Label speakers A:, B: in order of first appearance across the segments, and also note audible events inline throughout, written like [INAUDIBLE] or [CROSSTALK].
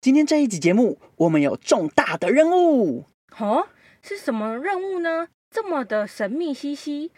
A: 今天这一集节目，我们有重大的任务。
B: 哦，是什么任务呢？这么的神秘兮兮。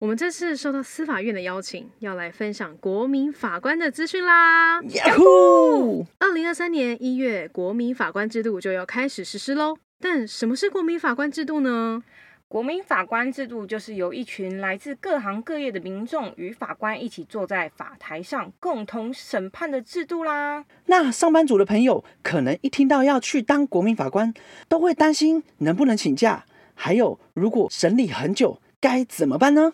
C: 我们这次受到司法院的邀请，要来分享国民法官的资讯啦。
A: Yahoo！
C: 二零二三年一月，国民法官制度就要开始实施喽。但什么是国民法官制度呢？
B: 国民法官制度就是由一群来自各行各业的民众与法官一起坐在法台上共同审判的制度啦。
A: 那上班族的朋友可能一听到要去当国民法官，都会担心能不能请假，还有如果审理很久该怎么办呢？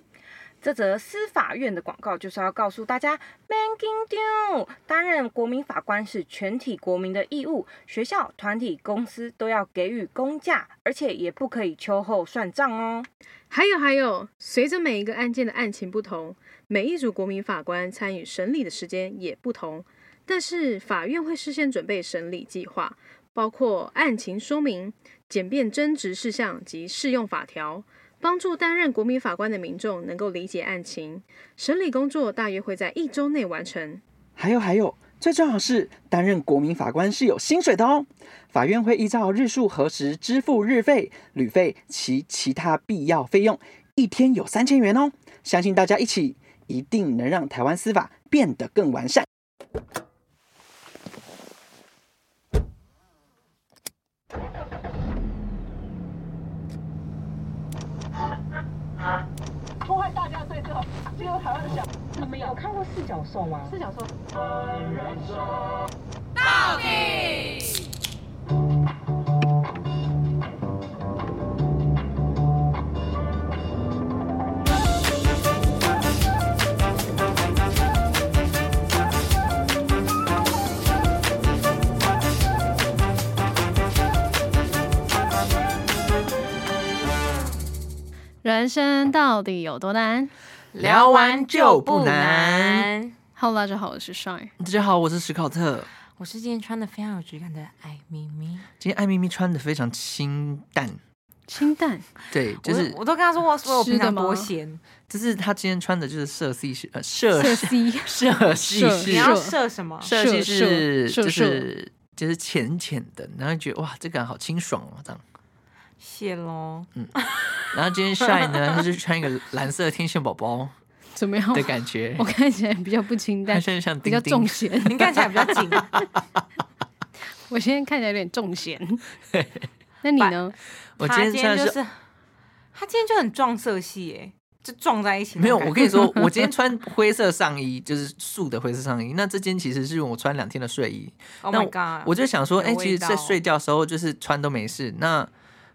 B: 这则司法院的广告就是要告诉大家 m a n k i n g do，担任国民法官是全体国民的义务，学校、团体、公司都要给予公假，而且也不可以秋后算账哦。
C: 还有还有，随着每一个案件的案情不同，每一组国民法官参与审理的时间也不同，但是法院会事先准备审理计划，包括案情说明、简便争执事项及适用法条。帮助担任国民法官的民众能够理解案情，审理工作大约会在一周内完成。
A: 还有还有，最重要的是，担任国民法官是有薪水的哦。法院会依照日数核实支付日费、旅费及其他必要费用，一天有三千元哦。相信大家一起，一定能让台湾司法变得更完善。
D: 破坏大家对这个这个台湾的想。你们有看过四角兽吗？四角兽。
E: 人生到底有多难？
F: 聊完就不难。。
E: Hello，大家好，我是 Shine。
F: 大家好，我是史考特。
G: 我是今天穿的非常有质感的艾咪咪，
F: 今天艾咪咪穿的非常清淡，
E: 清淡，
F: 对，就是
G: 我我都跟他说我说我
E: 湿
G: 平
E: 的
G: 常
E: 吗
G: 多闲，
F: 就是她今天穿的就是色系是呃色
E: 色 C，
F: 色系
E: 色
F: 是
G: 你要射什么？
F: 色系是
E: 色色
F: 就是就是浅浅的，然后觉得哇这感好清爽哦这样。
G: 谢喽，
F: 然后今天 Shine 呢，他就穿一个蓝色天线宝宝
E: 怎么样
F: 的？感觉
E: [LAUGHS] 我，看起来比较不清
F: 他
E: 淡，
F: 现在像
E: 哦比
F: 丁
E: 较重
F: 丁，
E: 咸。 [LAUGHS]
G: 你看起来比较紧，
E: 我现在看起来有点重咸。那你呢？
F: [LAUGHS] 我
G: 他
F: 今天
G: 今
F: 穿的。
G: 天就是是他今天就很撞色系哎，就撞在一起那
F: 没有，
G: 种感觉。
F: 我跟你说，我今天穿灰色上衣，就是素的灰色上衣。那这件其实是我穿两天的睡衣，
G: ，Oh
F: 那
G: my god，
F: 我就想说，
G: 有
F: 哎、
G: 味
F: 其实，在
G: 道
F: 睡觉的时候就是穿都没事，那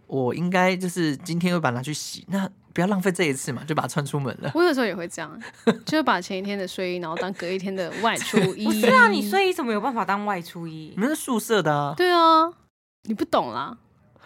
F: 我应该就是今天会把它拿去洗，那不要浪费这一次嘛，就把它穿出门了。
E: 我有时候也会这样，就是把前一天的睡衣，然后当隔一天的外出衣。
G: 不是啊，你睡衣怎么有办法当外出衣
F: 你？们是宿舍的啊，
E: 对啊，你不懂啦，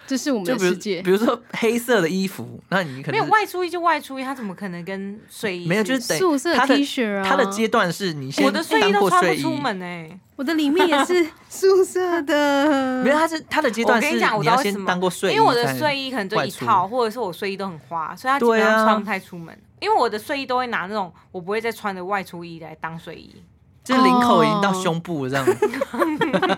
E: 这是我们
F: 就
E: 的
F: 比如
E: 世界
F: 比。如说黑色的衣服，那你可
G: 没
F: 能
G: 有
F: 是
G: 外出衣就外出衣，他怎么可能跟睡衣？
F: 没有，就是等
E: 宿舍
F: 它的
E: T 恤啊，
F: 它的阶段是你先
G: 我的睡衣
F: 当
G: 都
F: 过
G: 穿
F: 睡
G: 不
F: 衣
G: 出。门哎，
E: 我的里面也是宿舍的。
F: 没有，它是它的阶
G: 我
F: 段
G: 跟
F: 是
G: 你讲，我知道
F: 要
G: 为什
F: 先
G: 么
F: 当过，睡衣，
G: 因为我的睡衣可能就
F: 外
G: 一
F: 出
G: 套，或者是我睡衣都很花，所以他基
F: 对
G: 本
F: 啊
G: 上穿不太出门。因为我的睡衣都会拿那种我不会再穿的外出衣来当睡衣，
F: 就是领口已经到
E: 哦
F: 胸部了这样。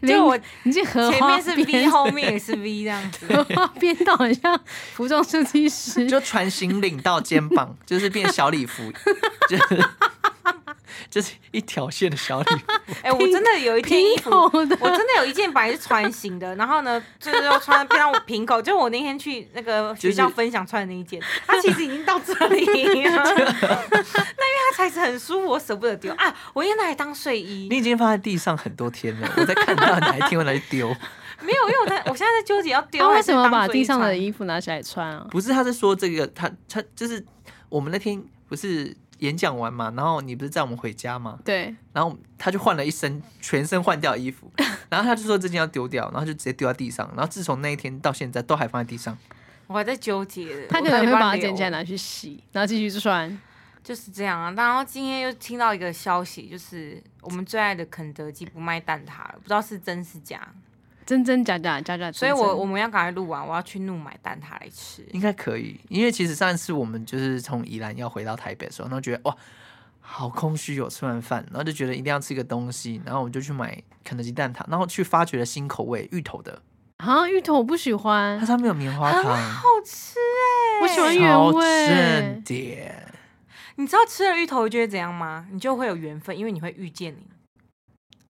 E: 零，
G: 就我
E: 你这荷
G: 前
E: 花
G: 面是
E: 边
G: V，后面也是 V 这
F: [LAUGHS]
G: 样子。
E: 荷花 [LAUGHS] 边到很像服装设计师，
F: 就穿行领到肩膀，就是变小礼服，就是 [LAUGHS] 就是一条线的小礼服。
G: 哎、我真的有一件
E: 平
G: 衣服，我
E: 头的。
G: 真的有一件本来是穿型的，然后呢，就是要穿变到平口，就我那天去那个学校
F: 就是
G: 分享穿的那一件，它其实已经到这里
F: [LAUGHS]
G: 了， [LAUGHS] 那因为它材质很舒服，我舍不得丢啊，我应该拿来当睡衣
F: 你。已经放在地上很多天了，我在看到哪一天会来丢。
G: 没有，因为我在我现在在纠结要丢
E: 他为
G: 还是
E: 什么
G: 当
E: 把
G: 睡
E: 地上的
G: 穿
E: 衣服拿起来穿啊？
F: 不是，他是说这个，他他就是我们那天不是演讲完嘛，然后你不是载我们回家吗？
E: 对，
F: 然后他就换了一身全身换掉的衣服，然后他就说这件要丢掉，然后就直接丢在地上，然后自从那一天到现在都还放在地上。
G: 我还在纠结，
E: 他
G: 我
E: 可
G: 到
E: 能
G: 底
E: 会
G: 要不
E: 把它
G: 要
E: 捡起来
G: 留
E: 拿去洗，然后继续穿。
G: 就是这样啊。然后今天又听到一个消息，就是我们最爱的肯德基不卖蛋挞了，不知道是真是假。
E: 真真假假，假假真真。
G: 所以我我们要赶快录完，我要去怒买蛋挞来吃。
F: 应该可以，因为其实上一次我们就是从宜兰要回到台北的时候，然后觉得哇，好空虚哦，吃完饭，然后就觉得一定要吃个东西，然后我们就去买肯德基蛋挞，然后去发掘了新口味芋头的，
E: 啊，芋头我不喜欢
F: 它，上面有棉花糖，
G: 好吃哎、
E: 我喜欢原
F: 超
E: 味
F: 正。点。
G: 你知道吃了芋头会觉得怎样吗？你就会有缘分，因为你会遇见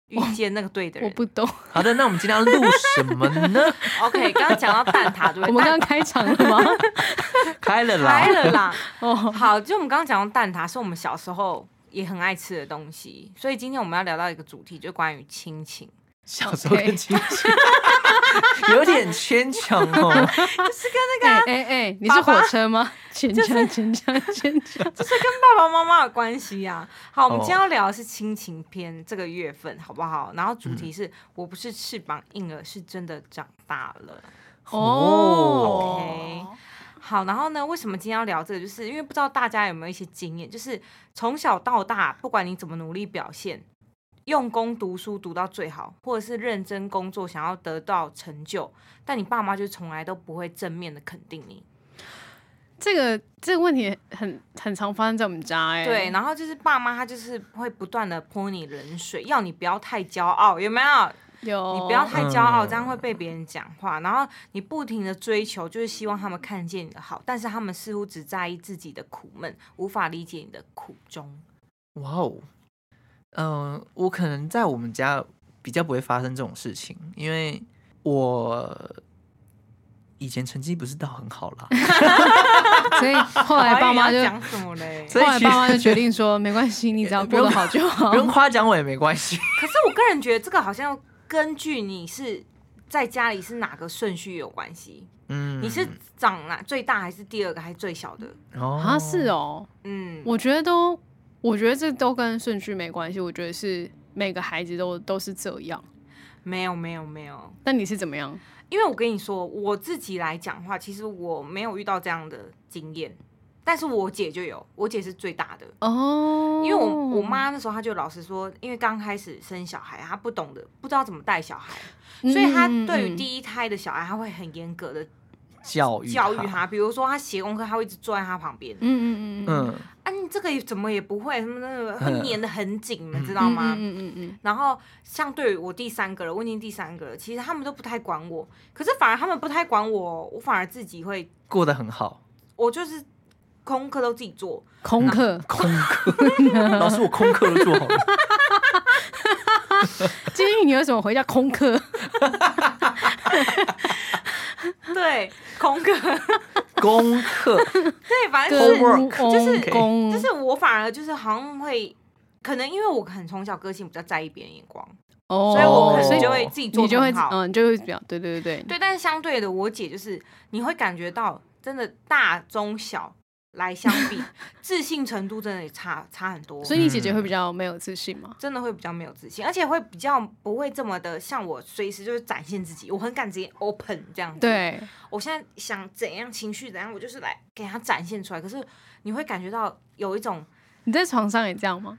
G: 你，遇见那个对的
E: 我
G: 人。
E: 不懂，
F: 好的，那我们今天要录什么呢？
G: OK，刚刚讲到蛋挞， [LAUGHS] 对
E: [LAUGHS] 我
G: 不
E: 们
G: 对？
E: 刚刚开场了
G: [LAUGHS]
E: 吗？
F: 开了啦
G: 来，了
E: [LAUGHS]
G: 啦。
E: 哦，
G: 好，就我们刚刚讲到蛋挞，是我们小时候也很爱吃的东西，所以今天我们要聊到一个主题，就关于亲情。
F: [LAUGHS] 小时候跟亲戚有点牵强哦，
E: 哎哎哎，你是火车吗？
G: [LAUGHS]
E: 前
G: 就
E: 腔
G: 是
E: 前腔前
G: [LAUGHS]
E: 腔，
G: 爸爸妈妈的关系呀、好，我们
F: 哦
G: 今天要聊的是亲情篇，这个月份好不好？然后主题是、我不是翅膀硬了，是真的长大了。
E: 哦
G: OK，好，然后呢，为什么今天要聊这个？就是因为不知道大家有没有一些经验，就是从小到大，不管你怎么努力表现，用功读书读到最好，或者是认真工作想要得到成就，但你爸妈就从来都不会正面的肯定你。
E: 这个这个问题很很常发生在我们家哎、
G: 对，然后就是爸妈他就是会不断的泼你冷水，要你不要太骄傲，有没有？
E: 有
G: 你不要太骄傲，
F: 嗯
G: 这样会被别人讲话。然后你不停的追求，就是希望他们看见你的好，但是他们似乎只在意自己的苦闷，无法理解你的苦衷。
F: 哇哦，嗯、我可能在我们家比较不会发生这种事情，因为我以前成绩不是到很好啦，
E: 所
G: [LAUGHS]
E: 以后来爸妈
G: 我还以为
E: 就
G: 要讲什么
E: [LAUGHS]
G: 嘞？
F: 所以
E: 后来
F: 其实
E: 爸妈就决定说，没关系，你只要过得好就好
F: 不。用夸奖我也没关系。
G: 可是我个人觉得这个好像根据你是在家里是哪个顺序有关系，
F: 嗯，
G: 你是长哪最大还是第二个还是最小的？
F: 哦
E: 啊，是哦，
G: 嗯，
E: 我觉得都，我觉得这都跟顺序没关系，我觉得是每个孩子都都是这样。
G: 没有没有没有，
E: 那你是怎么样？
G: 因为我跟你说，我自己来讲的话，其实我没有遇到这样的经验，但是我姐就有，我姐是最大的。
E: 哦，
G: 因为我我妈那时候她就老实说，因为刚开始生小孩，她不懂得不知道怎么带小孩，
E: 嗯，
G: 所以她
E: 嗯
G: 对于
E: 嗯
G: 第一胎的小孩，她会很严格的
F: 教育
G: 教育
F: 他，
G: 他，比如说他写功课，她会一直坐在他旁边，
E: 嗯嗯嗯嗯嗯，
F: 嗯，
G: 啊，你这个也怎么也不会什么那个，会
F: 嗯
G: 粘的很紧，你们知
E: 知
G: 道吗？
E: 嗯嗯嗯
G: 然后像对于我第三个了，我已经第三个了，其实他们都不太管我，可是反而他们不太管我，我反而自己会，
F: 过得很好。
G: 我就是功课都自己做，
E: 嗯，
G: [LAUGHS]
E: 空客。
F: 空课， [LAUGHS] 老师我空课都
B: [LAUGHS]
F: 做好了，
E: 今天你为什么回家空客？
G: 对，
E: [LAUGHS]
G: 功课，
F: 功课
G: 对，反正就是
F: homework
E: 就是工，
G: 就是我反而就是好像会，可能因为我很从小个性比较在意别人眼光，
E: 哦，
G: 所以我可
E: 所
G: 能
E: 以
G: 就会自己做
E: 你
G: 得
E: 就会
G: 很好。
E: 嗯，就会比较对对对对，
G: 对，但是相对的，我姐就是你会感觉到，真的大中小来相比，
E: [LAUGHS]
G: 自信程度真的也差差很多。
E: 所以你姐
F: 嗯
E: 姐会比较没有自信嘛？
G: 真的会比较没有自信，而且会比较不会这么的像我，随时就是展现自己，我很敢直接 open 这样子。，
E: 对，
G: 我现在想怎样情绪怎样，我就是来给她展现出来。可是你会感觉到有一种，
E: 你在床上也这样吗？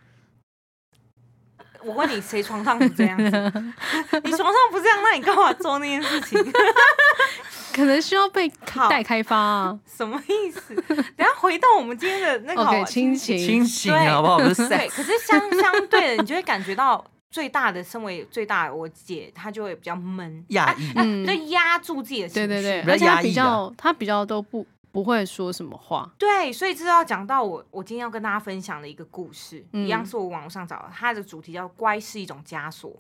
G: 我问你，谁床上不这
E: [LAUGHS]
G: 样子？你床上不这样，那你干嘛做那件事情？ [LAUGHS]
E: 可能需要被
G: 好
E: 待开发啊。
G: 什么意思？等一下回到我们今天的那个好
E: OK，
G: 玩
E: 亲情
F: 清醒
G: 对
F: 好不好？
B: [LAUGHS]
F: 不是
G: 对，
F: sex，
G: 可是相 [LAUGHS] 相对的，你就会感觉到最大的，身为最大的我姐，她就会比较闷，
F: 压抑，
G: [LAUGHS]
E: 嗯，
G: 就压住自己的情
E: 对
G: 绪。哎
E: 对对，
F: 比较
E: 而且他
F: 压抑
E: 比
F: 啊
E: 较他比较都不不会说什么话，
G: 对所以这要讲到我，我今天要跟大家分享的一个故事，
E: 嗯
G: 一样是我网络上找的，它的主题叫“乖是一种枷锁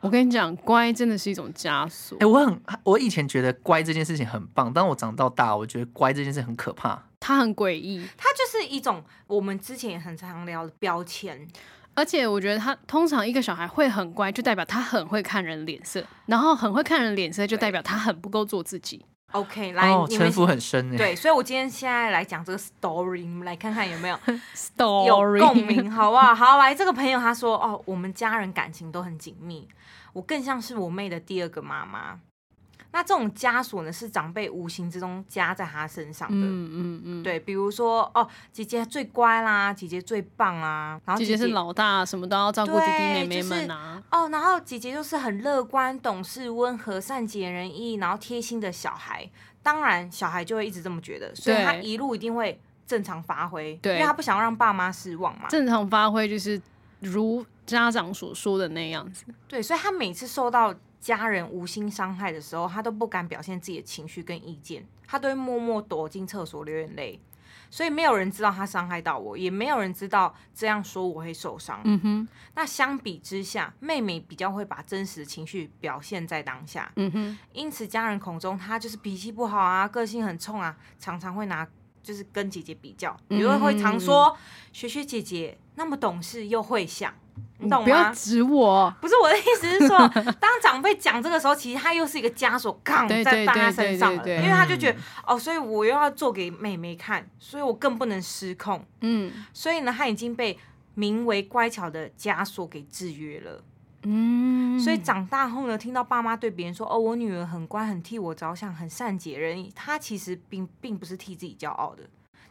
E: 我跟你讲，乖真的是一种枷锁
F: 哎、，我很，我以前觉得乖这件事情很棒，但我长到大，我觉得乖这件事很可怕。
E: 他很诡异，”，
G: 它就是一种我们之前也很常聊的标签。
E: 而且我觉得他通常一个小孩会很乖，就代表他很会看人脸色，然后很会看人脸色就代表他很不够做自己。
G: OK，来，
F: 哦，
G: 你们
F: 城府很深
E: [LAUGHS]
F: 哎。
G: 对，所以我今天现在来讲这个 story，你们来看看有
E: [LAUGHS]
G: 没有
E: Story
G: 有共鸣，好不
B: [LAUGHS]
G: 好？好，来，这个朋友他说，哦，我们家人感情都很紧密，我更像是我妹的第二个妈妈。那这种枷锁呢，是长辈无形之中加在她身上的。
E: [LAUGHS] 嗯嗯嗯，，
G: 对，比如说哦，姐姐最乖啦，姐姐最棒啦，然后
E: 姐姐是老大，什么都要照顾弟弟
G: 对
E: 妹妹
G: 就是
E: 们啊。
G: 哦，然后姐姐就是很乐观、懂事、温和、善解人意，然后贴心的小孩。当然，小孩就会一直这么觉得，所以
E: 对
G: 他一路一定会
B: 正常发挥，
E: 对
B: 因为他不想让爸妈失望嘛。
E: 正常发挥就是如家长所说的那样子。
B: 对，所以他每次受到家人无心伤害的时候，他都不敢表现自己的情绪跟意见，他都会默默躲进厕所流眼泪。所以没有人知道他伤害到我，也没有人知道这样说我会受伤。
E: 嗯哼，
B: 那相比之下，妹妹比较会把真实的情绪表现在当下，
E: 嗯哼，
B: 因此家人口中她就是脾气不好啊，个性很冲啊，常常会拿就是跟姐姐比较，比如会常
E: 嗯
B: 说学学姐姐那么懂事又会想，你懂
E: 嗯不
G: 啊
E: 要
B: 吗？
E: 指我。
B: 不是我的意思是
E: [LAUGHS]
B: 说，当长辈讲这个时候，其实他又是一个枷锁，杠
E: 对
B: 在
E: 对
B: 在他
E: 对
B: 身
E: 对
B: 上
E: 对
B: 了，
E: 对
B: 因
E: 嗯
B: 为他就觉得哦，所以我又要做给妹妹看，所以我更不能失控。
E: 嗯
B: 所以呢，他已经被名为乖巧的枷锁给制约了。
E: 嗯，
B: 所以长大后呢，听到爸妈对别人说：“哦，我女儿很乖，很替我着想，很善解人意。”她其实并并不是替自己骄傲的，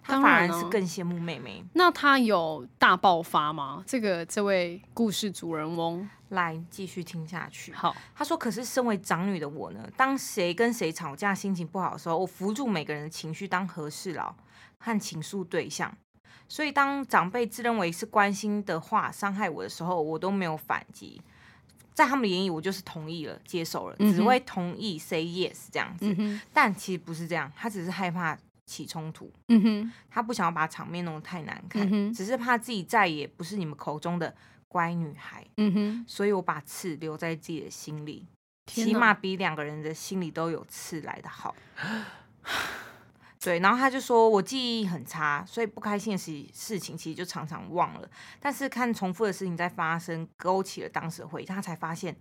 B: 她
E: 当
B: 反
E: 然
B: 而是
E: 啊
B: 更羡慕妹妹。
E: 那他有大爆发吗？这个这位故事主人翁，
B: 来，继续听下去。
E: 好，
B: 她说：“可是身为长女的我呢，当谁跟谁吵架，心情不好的时候，我扶住每个人的情绪当和事佬和倾诉对象。所以当长辈自认为是关心的话伤害我的时候，我都没有反击。在他们的眼里，我就是同意了，接受了，
E: 嗯哼
B: 只会同意 say yes 这样子。
E: 嗯哼，
B: 但其实不是这样，他只是害怕起冲突，
E: 嗯哼，
B: 他不想要把场面弄得太难看，
E: 嗯哼
B: 只是怕自己再也不是你们口中的乖女孩。
E: 嗯哼，
B: 所以我把刺留在自己的心里，
E: 天
B: 起
E: 哪
B: 码比两个人的心里都有刺来的好。对，然后他就说我记忆很差，所以不开心的事事情其实就常常忘了，但是看重复的事情在发生，勾起了当时的回忆，他才发现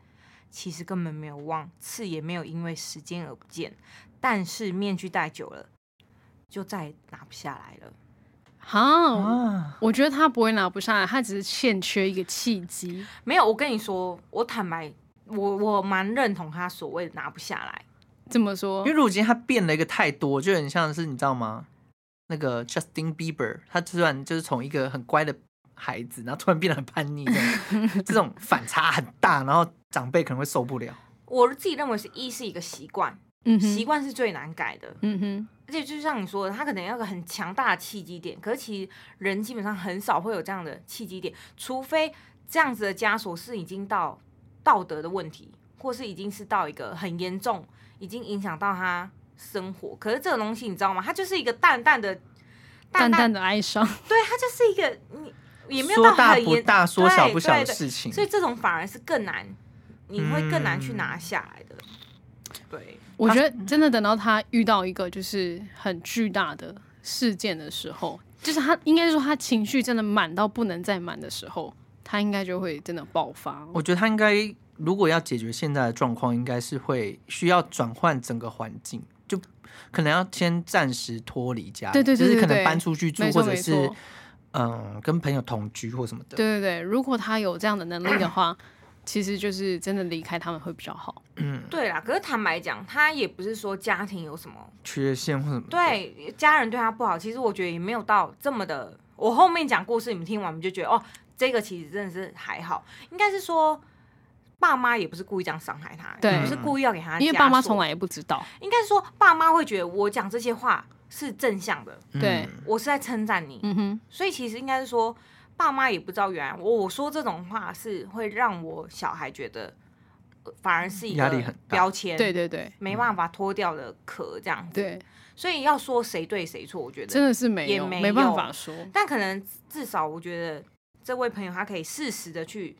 B: 其实根本没有忘，刺也没有因为时间而不见，但是面具戴久了就再也拿不下来了。
E: 好。
F: 啊，
E: 我觉得他不会拿不上来，他只是欠缺一个契机。
B: 没有，我跟你说，我坦白，我我蛮认同他所谓的拿不下来。
E: 这么说
F: 因为，如果今天他变了一个太多，就很像是你知道吗？那个 Justin Bieber，他突然就是从一个很乖的孩子，然后突然变得很叛逆这
B: [LAUGHS]
F: 样，这种反差很大，然后长辈可能会受不了。
B: 我自己认为是一是一个习惯，
E: 嗯哼，
B: 习，惯是最难改的，
E: 嗯哼，
B: 而且就像你说的，他可能要有个很强大的契机点，可是其实人基本上很少会有这样的契机点，除非这样子的枷锁是已经到道德的问题，或是已经是到一个很严重，已经影响到他生活。可是这种东西你知道吗？它就是一个淡淡的，淡
E: 淡淡的哀伤。
B: 对，它就是一个你也没有
F: 说
B: 到
F: 大
B: 很
F: 不
B: 严
F: 大，说小
B: 对
F: 不小
B: 对
F: 的
B: 对
F: 事情。
B: 所以这种反而是更难，你会更难去
F: 嗯
B: 拿下来的。对，
E: 我觉得真的等到他遇到一个就是很巨大的事件的时候，就是他应该说他情绪真的满到不能再满的时候，他应该就会真的爆发。
F: 我觉得他应该，如果要解决现在的状况，应该是会需要转换整个环境，就可能要先暂时脱离家里，
E: 对对
F: 就
E: 对
F: 是可
E: 对对
F: 能搬出去住
E: 没，错
F: 或者
E: 没
F: 是
E: 错
F: 嗯跟朋友同居或什么的。
E: 对对对，如果他有这样的能力的话，其实就是真的离开他们会比较好。
F: 嗯
B: 对啦，可是坦白讲，他也不是说家庭有什么
F: 缺陷或什么的。
B: 对家人对他不好，其实我觉得也没有到这么的。我后面讲故事，你们听完你们就觉得哦，这个其实真的是还好，应该是说爸妈也不是故意这样伤害他，
E: 对
B: 也不是
F: 嗯
B: 故意要给他，
E: 因为爸妈从来也不知道，
B: 应该是说爸妈会觉得我讲这些话是正向的，
F: 嗯
E: 对
B: 我是在称赞你，
E: 嗯哼，
B: 所以其实应该是说爸妈也不知道，原来我我说这种话是会让我小孩觉得。呃反而是一
F: 压力
B: 个
F: 很大
B: 标签，
E: 对对对
B: 没办法脱掉的壳这样子。
E: 对，
B: 所以要说谁对谁错，我觉
E: 真
B: 得，
E: 的是没有，
B: 也没有
E: 没办法说。
B: 但可能至少我觉得这位朋友他可以适时的去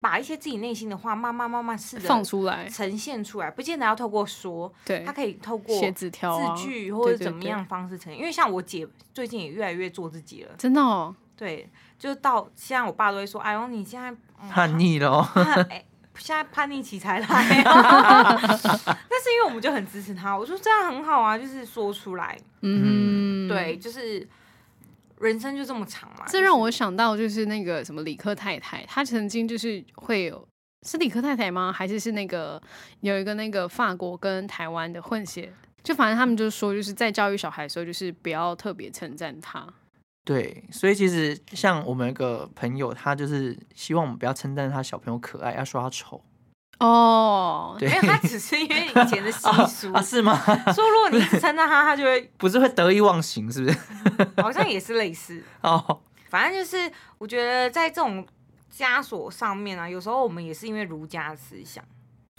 B: 把一些自己内心的话慢慢慢慢试着
E: 放出来，
B: 呈现出来，不见得要透过说，
E: 对
B: 他，可以透过
E: 写纸条啊，
B: 字句或者
E: 对对
B: 怎么
E: 对
B: 样方式呈现。因为像我姐最近也越来越做自己了，
E: 真的哦，
B: 对，就到现在我爸都会说：“哎呦，你现在嗯
F: 叛逆咯。 [LAUGHS]
B: 叛哎，现在叛逆期才来、啊。 [LAUGHS] 但是因为我们就很支持他，我说这样很好啊，就是说出来，
E: 嗯，
B: 对，就是人生就这么长嘛。
E: 这让
B: 就
E: 我
B: 是
E: 想到就是那个什么理科太太，她曾经就是会有是理科太太吗？还是是那个有一个那个法国跟台湾的混血？就反正他们就说，就是在教育小孩的时候，就是不要特别称赞他。
F: 对，所以其实像我们有个朋友，他就是希望我们不要称赞他小朋友可爱，要说他丑。
E: 哦，
F: 对
B: 因
F: [LAUGHS]
B: 为他只是因为以前的
E: [LAUGHS]
B: 习俗，
E: 哦
F: 啊？是吗？ [LAUGHS]
B: 说如果你一直称赞他，他就会
F: 不是会得意忘形是不 [LAUGHS] 是？
B: 好像也是类似。
F: 哦，
B: 反正就是我觉得在这种枷锁上面啊，有时候我们也是因为儒家思想、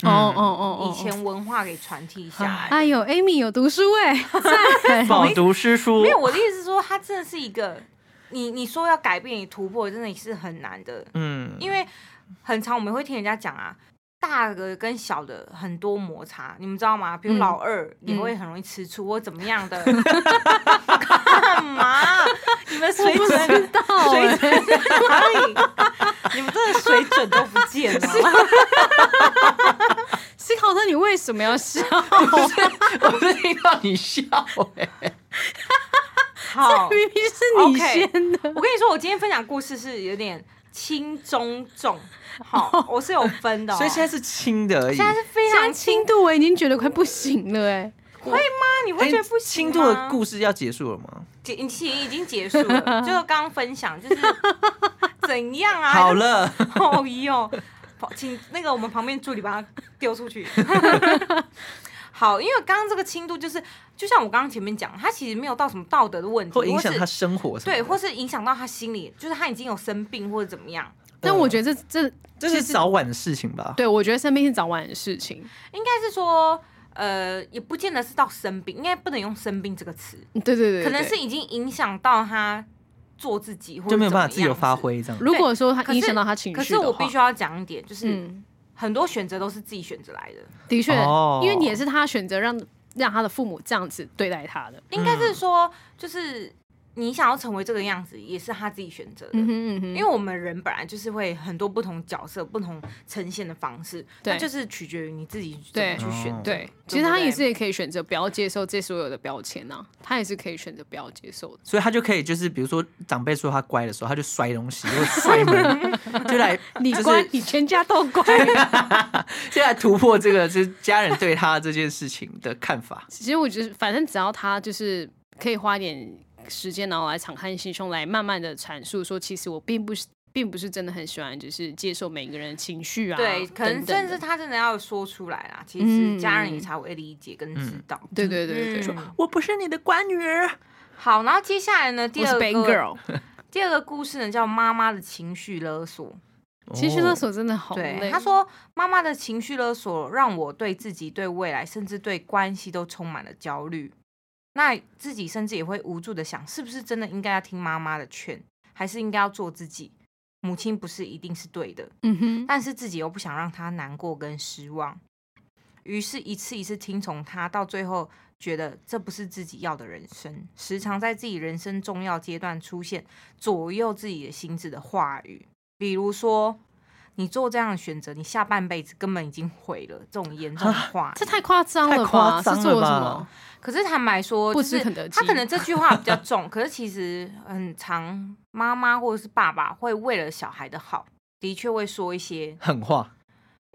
E: 哦哦
F: 嗯，
E: 哦哦，
B: 以前文化给传递下来。
E: 哎呦，Amy 有读书哎，赞，
F: 饱读诗书
B: 没，有，我的意思是说，它真的是一个，你你说要改变、你突破，真的是很难的，
F: 嗯，
B: 因为很常我们会听人家讲啊。大的跟小的很多摩擦，你们知道吗？比如
E: 嗯
B: 老二也
E: 嗯
B: 会很容易吃醋或怎么样
F: [LAUGHS]
B: 的，干嘛？你们水准
E: 知道
B: 水
E: 哎，
B: 准在哪里？你们真的水准都不见了。
E: 思考特，你为什么要笑？ [LAUGHS]
F: 我是 [LAUGHS] 听到你笑哎，
B: 好，
E: 明明是你
B: OK
E: 先的，
B: 我跟你说，我今天分享故事是有点轻中重，好，我是有分的、哦。
F: [LAUGHS] 所以现在是轻的而已
B: 现。在是非
E: 现在
B: 常
E: 轻
B: 轻
E: 度我已经觉得快不行了哎，
B: 啊，你会觉得不行
F: 哎轻
B: 吗
F: 度的故事要结束了吗？
B: 结已经已经结束了， [LAUGHS] 就是刚刚分享
E: [LAUGHS]
B: 就是怎样啊？
F: 好，了，
B: 哦哟，请那个我们旁边助理把它丢出去。 [LAUGHS] 好，因为刚刚这个轻度就是，就像我刚刚前面讲，他其实没有到什么道德的问题，
F: 会影响
B: 或是
F: 他生活什么的。
B: 对，或是影响到他心理，就是他已经有生病或者怎么样。
E: 但我觉得这这
F: 这是早晚的事情吧？
E: 对我觉得生病是早晚的事情，
B: 应该是说，呃，也不见得是到生病，应该不能用生病这个词，
E: 对对对，对
B: 可能是。已经影响到他做自己，或者
F: 就没有办法
B: 怎
F: 自
B: 么样
F: 由发
B: 子。
F: 挥这样。
E: 如果说他
B: 可是
E: 影响到他情绪
B: 可
E: 的
B: 是我必须
E: 话
B: 要讲一点，就是
E: 嗯，
B: 很多选择都是自己选择来的，
E: 的确
F: 哦，
E: 因为你也是他选择让让他的父母这样子对待他的，
B: 应该是说，就是你想要成为这个样子，也是他自己选择的。
E: 嗯哼嗯哼，
B: 因为我们人本来就是会很多不同角色、不同呈现的方式，
E: 对
B: 那就是取决于你自己怎么
E: 对
B: 去选
F: 哦
B: 择。
E: 对，其实他
B: 对
E: 也是也可以选择不要接受这所有的标签呐、他也是可以选择不要接受的。
F: 所以他就可以就是，比如说长辈说他乖的时候，他就摔东西，或者摔
B: [LAUGHS]
F: 门，就来
E: 你
F: 就是
E: 乖，你全家都乖。
F: 就来突破这个就是家人对他这件事情的看法。
E: 其实我觉得，反正只要他就是可以花一点时间，然后来敞开心胸，来慢慢的阐述说，其实我并不是，并不是真的很喜欢，就是接受每个人的情绪啊，
B: 对，可能
E: 等等
B: 甚
E: 的
B: 至他真的要说出来啦，其
E: 嗯
B: 实家人也才会理解跟知道。
E: 对对对对对，
B: 嗯
F: 我不是你的乖女儿，
B: 好，然后接下来呢，第
E: 我是
B: 二
E: bad
B: 个
E: girl，
B: 第二个故事呢叫妈妈的情绪勒索。
E: 情绪勒
F: 哦
E: 索真的好累。
B: 对，他说妈妈的情绪勒索让我对自己、对未来，甚至对关系都充满了焦虑。那自己甚至也会无助的想，是不是真的应该要听妈妈的劝，还是应该要做自己？母亲不是一定是对的，
E: 嗯哼，
B: 但是自己又不想让她难过跟失望，于是一次一次听从她，到最后觉得这不是自己要的人生，时常在自己人生重要阶段出现左右自己的心智的话语，比如说。你做这样的选择，你下半辈子根本已经毁了这种严重的话语。
E: 啊这太夸张了
F: 太夸
E: 吧？
F: 张
E: 是做
F: 了
E: 了什
F: 吧
E: 么？
B: 可是坦白说，
E: 不
B: 就
E: 吃
B: 是
E: 肯德
B: 他
E: 基
B: 可能这句话比较重，可是其实很常妈妈或者是爸爸会为了小孩的好，的确会说一些
F: 狠话，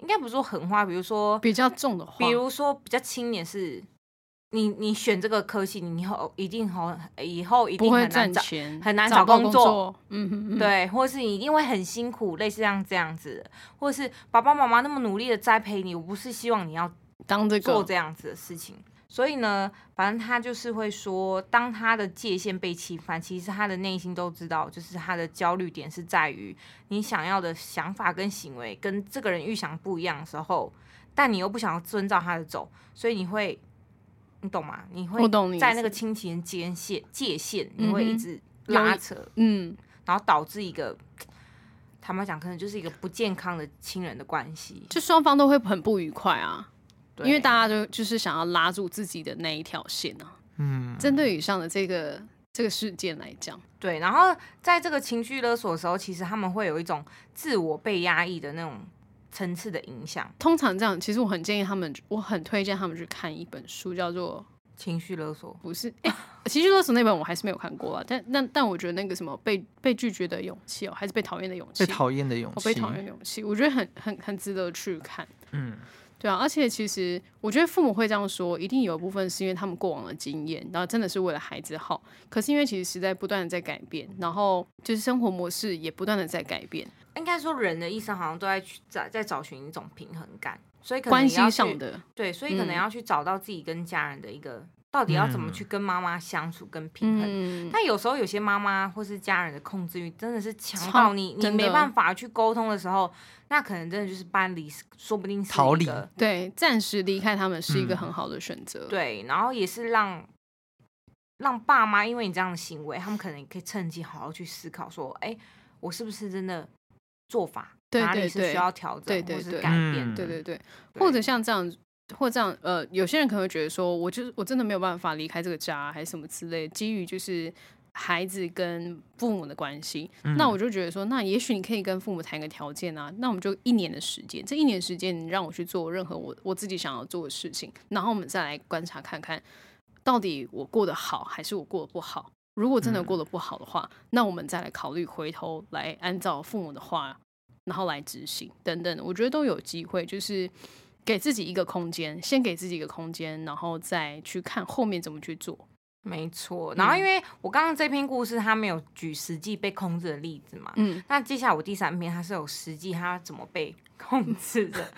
B: 应该不是说狠话，比如说，
E: 比较重的话，
B: 比如说比较轻点是，你你选这个科系，你以后一定好，以后一
E: 不
B: 定
E: 会
B: 很难
E: 赚
B: 找，
E: 钱，
B: 很难
E: 找
B: 找
E: 不到
B: 工
E: 工
B: 作
E: 作。嗯哼嗯，，
B: 对，或是你一定会很辛苦，类似像这样子的，或是爸爸妈妈那么努力的栽培你，我不是希望你要
E: 当这
B: 做
E: 个
B: 这样子的事情。所以呢，反正他就是会说，当他的界限被侵犯，其实他的内心都知道，就是他的焦虑点是在于你想要的想法跟行为跟这个人预想不一样的时候，但你又不想要遵照他的走，所以你会，你懂吗？你会
E: 我懂你意
B: 在
E: 思
B: 那个亲情的界限界限，你会
E: 嗯
B: 一
E: 哼
B: 直
E: 有
B: 拉
E: 一
B: 扯，
E: 嗯，
B: 然后导致一个，坦白讲，可能就是一个不健康的亲人的关系，
E: 就双方都会很不愉快啊，因为
B: 对
E: 大家就就是想要拉住自己的那一条线啊。
F: 嗯，
E: 针对以上的这个这个事件来讲，
B: 对，然后在这个情绪勒索的时候，其实他们会有一种自我被压抑的那种层次的影响。
E: 通常这样，其实我很建议他们，我很推荐他们去看一本书，叫做
B: 情绪勒索
E: 不是
B: [LAUGHS]
E: 哎，情绪勒索那本我还是没有看过啊，但但但我觉得那个什么被被拒绝的勇气哦，还是被讨厌的勇气，
F: 被讨厌的勇
E: 我
F: 气，
E: 被讨厌的勇气，我觉得很很很值得去看。
F: 嗯，
E: 对啊，而且其实我觉得父母会这样说，一定有一部分是因为他们过往的经验，然后真的是为了孩子好。可是因为其实时代不断的在改变，然后就是生活模式也不断的在改变，
B: 应该说人的一生好像都在去在在找寻一种平衡感，所以可能
E: 关
B: 也要
E: 系
B: 去
E: 上的，
B: 对，所以可能
E: 嗯
B: 要去找到自己跟家人的一个到底要怎么
F: 嗯
B: 去跟妈妈相处跟平衡。
E: 嗯，
B: 但有时候有些妈妈或是家人的控制欲真的是强
E: 超
B: 到你，你
E: 真的
B: 没办法去沟通的时候，那可能真的就是搬离，说不定是
F: 逃
B: 一
F: 离
B: 个
E: 对，暂时离开他们是一个
F: 嗯
E: 很好的选择。
B: 对，然后也是让让爸妈因为你这样的行为，他们可能也可以趁机好好去思考说，哎、我是不是真的做法
E: 对
B: 哪里
E: 对
B: 是
E: 对
B: 需要调整
E: 对对
B: 或是
E: 对
B: 改变
F: 嗯
E: 对
B: 的？
E: 对对，或者像这样，或这样，呃，有些人可能会觉得说，我就是我真的没有办法离开这个家，还是什么之类的，基于就是孩子跟父母的关系，那我就觉得说，那也许你可以跟父母谈个条件啊，那我们就一年的时间，这一年时间你让我去做任何我我自己想要做的事情，然后我们再来观察看看，到底我过得好还是我过得不好。如果真
B: 嗯
E: 的过得不好的话，那我们再来考虑回头来按照父母的话，然后来执行等等的，我觉得都有机会，就是给自己一个空间，先给自己一个空间，然后再去看后面怎么去做。
B: 没错。然后
E: 嗯
B: 因为我刚刚这篇故事它没有举实际被控制的例子嘛，
E: 嗯，
B: 那接下来我第三篇，它是有实际它怎么被控制的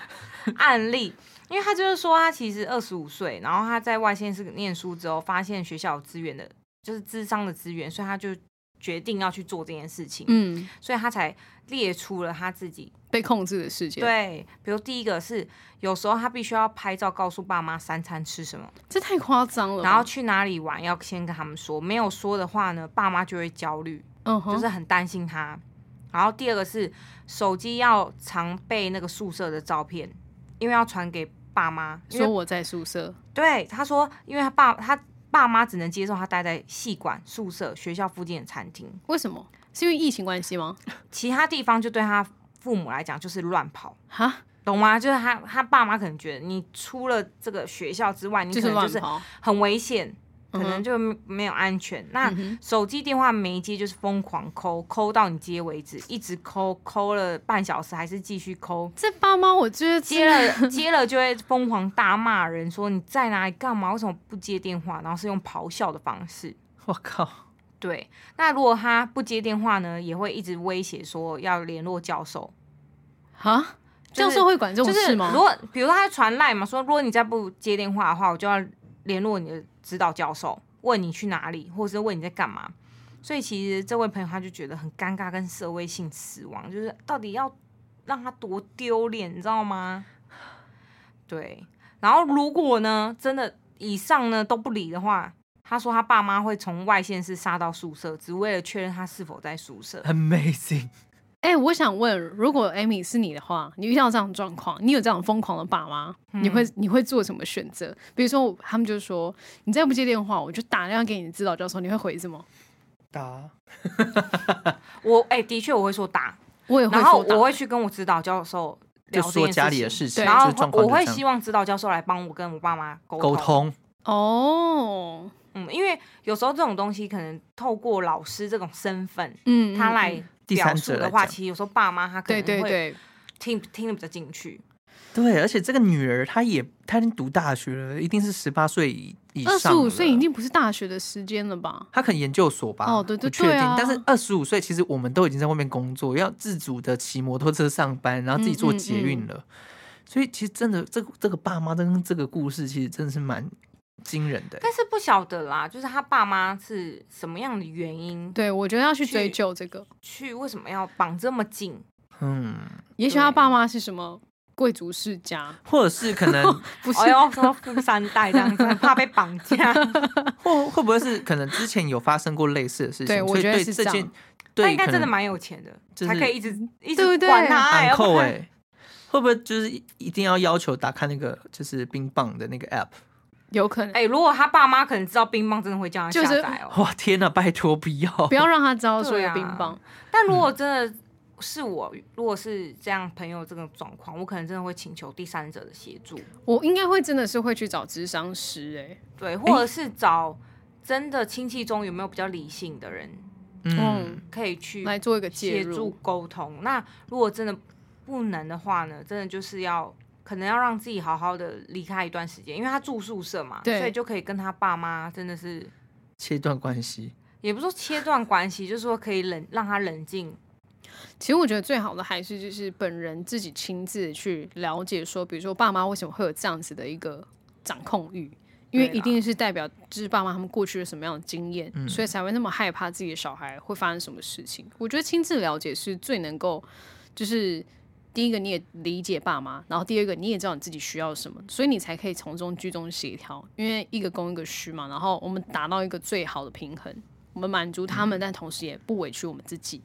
B: 案例，因为他就是说他其实二十五岁，然后他在外县市念书之后，发现学校有资源的，就是智商的资源，所以他就决定要去做这件事情，
E: 嗯，
B: 所以他才列出了他自己
E: 被控制的世界，，
B: 对，比如第一个是有时候他必须要拍照告诉爸妈三餐吃什么，
E: 这太夸张了吧。
B: 然后去哪里玩要先跟他们说，没有说的话呢，爸妈就会焦虑。
E: 嗯
B: 就
E: 哼，
B: 是很担心他。然后第二个是手机要常备那个宿舍的照片，因为要传给爸妈。因为
E: 说我在宿舍，
B: 对他说，因为他爸他爸妈只能接受他待在系馆、宿舍、学校附近的餐厅，
E: 为什么？是因为疫情关系吗？
B: 其他地方就对他父母来讲就是乱跑。
E: 哈，
B: 懂吗？就是他，他爸妈可能觉得你出了这个学校之外，你
E: 就
B: 可
E: 是
B: 能
E: 乱
B: 就是
E: 跑，
B: 很危险，可
E: 嗯
B: 能
E: 哼
B: 就没没有安全。那
E: 嗯哼
B: 手机电话没接就是疯狂抠，抠到你接为止，一直抠，抠了半小时还是继续抠。
E: 这爸妈我觉得
B: 接
E: 真的
B: 了 [LAUGHS] 接了就会疯狂大骂人，说你在哪里干嘛？为什么不接电话？然后是用咆哮的方式。
F: 我靠，
B: 对，那如果他不接电话呢，也会一直威胁说要联络教授。
E: 哈，
B: 就
E: 教
B: 是
E: 授会管这
B: 就
E: 种
B: 是
E: 事吗？
B: 如果比如他传赖嘛，说如果你再不接电话的话，我就要联络你的指导教授，问你去哪里，或者是问你在干嘛。所以其实这位朋友他就觉得很尴尬，跟社会性死亡，就是到底要让他多丢脸，你知道吗？对。然后如果呢，真的以上呢都不理的话，他说他爸妈会从外县市杀到宿舍，只为了确认他是否在宿舍。
F: ，amazing，
E: 哎、我想问，如果 Amy 是你的话，你遇到这样的状况，你有这样疯狂的爸妈，你
B: 嗯
E: 会你会做什么选择？比如说，他们就说你再不接电话，我就打电话给你的指导教授，你会回什么？
F: 打
B: 我哎、的确我会说打，
E: 我也会
B: 然后
E: 说
B: 我
E: 打，
B: 会去跟我指导教授
F: 就
B: 聊这
F: 说
B: 件
F: 家里的事情，
E: 对
B: 然
F: 就
B: 后
F: 是
B: 会
F: 状况
B: 我
F: 就
B: 会
F: 这
B: 希
F: 样
B: 望指导教授来帮我跟我爸妈沟
F: 沟通，
E: 哦，
B: 嗯，因为有时候这种东西可能透过老师这种身份，
E: 嗯，
B: 他
E: 嗯
B: 来
E: 嗯
F: 第
B: 表
F: 三
B: 述
F: 者
B: 的
F: 来
B: 话，
F: 讲
B: 其实有时候爸妈他可
E: 对
B: 能
E: 对
B: 会
E: 对，
B: 听听得比较进去。
F: 对，而且这个女儿她也她已经读大学了，一定是十八岁以以上，
E: 二十五岁已。经不是大学的时间了吧？
F: 她可能研究所吧，
E: 哦对对
F: 不确定
E: 对啊。
F: 但是二十五岁，其实我们都已经在外面工作，要自主的骑摩托车上班，然后自己做
E: 嗯嗯
F: 捷运了。所以其实真的，这个这个爸妈跟这个故事，其实真的是蛮惊人的欸。
B: 但是不晓得啦，就是他爸妈是什么样的原因
E: 对，我觉得要去
B: 去
E: 追究这个。
B: 去为什么要绑这么紧？
F: 嗯，
E: 也许他
B: 对
E: 爸妈是什么贵族世家，
F: 或者是可
E: [LAUGHS]
F: 能
E: 不是
B: 哎呦，什么富三代这样子，很怕被绑架。 [LAUGHS]
F: 或会不会是可能之前有发生过类似的事情，
E: 对我
F: 所以
E: 觉得
F: 对
E: 是
F: 这
E: 这
F: 件
E: 样，
B: 他
F: 对
B: 应该
F: 可
B: 真的
F: 能
B: 蛮有钱的，
F: 就
B: 才可
F: 是嗯
B: 以一直一
E: 对
B: 直
E: 对
B: 管他、哎
F: 昂
B: 要不
F: 扣
B: 然
F: 哎，会不会就是一一定要要求打开那个就是冰棒的那个 app？
E: 有可能。
B: 哎、如果他爸妈可能知道冰棒，真的会叫他
E: 就
B: 下
E: 是
B: 载哦、
F: 哇天呐，拜托不要
E: 不要让他知道说
B: 对
E: 有
B: 啊
E: 冰棒，
B: 但如果
F: 嗯
B: 真的是我，如果是这样朋友这个状况，我可能真的会请求第三者的协助，
E: 我应该会真的是会去找智商师哎、
B: 对，或者是找真的亲戚中有没有比较理性的人
F: 嗯
E: 嗯，
B: 可以去
E: 来做一个
B: 协
E: 介
B: 助
E: 入。
B: 沟通。那如果真的不能的话呢，真的就是要。可能要让自己好好的离开一段时间，因为他住宿舍嘛，
E: 对
B: 所以就可以跟他爸妈真的是，
F: 切断关系。
B: 也不是说切断关系，就是说可以冷让他冷静
E: 其实我觉得最好的还是就是本人自己亲自去了解说，比如说爸妈为什么会有这样子的一个掌控欲，因
B: 对
E: 为
B: 啦
E: 一定是代表就是爸妈他们过去有什么样的经验，
F: 嗯
E: 所以才会那么害怕自己的小孩会发生什么事情。我觉得亲自了解是最能够，就是第一个你也理解爸妈，然后第二个你也知道你自己需要什么，所以你才可以从中居中协调，因为一个供一个需嘛，然后我们达到一个最好的平衡，我们满足
B: 嗯
E: 他们，但同时也不委屈我们自己。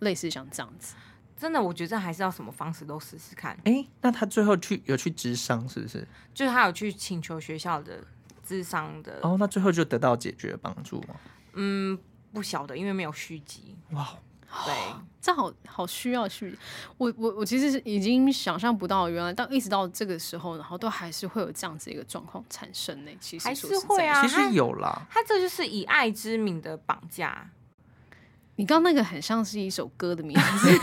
E: 类似像这样子，
B: 真的，我觉得还是要什么方式都试试看。
F: 哎、那他最后去有去智商是不是？
B: 就是他有去请求学校的智商的，
F: 哦，那最后就得到解决帮助吗？
B: 嗯，不晓得，因为没有续集。
F: 哇，
B: 对，
E: 这好好需要去，我我我其实是已经想象不到，原来到一直到这个时候，然后都还是会有这样子一个状况产生呢、其实
B: 还
E: 说
B: 是
E: 实
B: 会
E: 在的
B: 啊
F: 其
B: 他
F: 实有啦，
B: 他这就是以爱之名的绑架，
E: 你刚刚那个很像是一首歌的名
B: [LAUGHS]
E: 字，
B: 真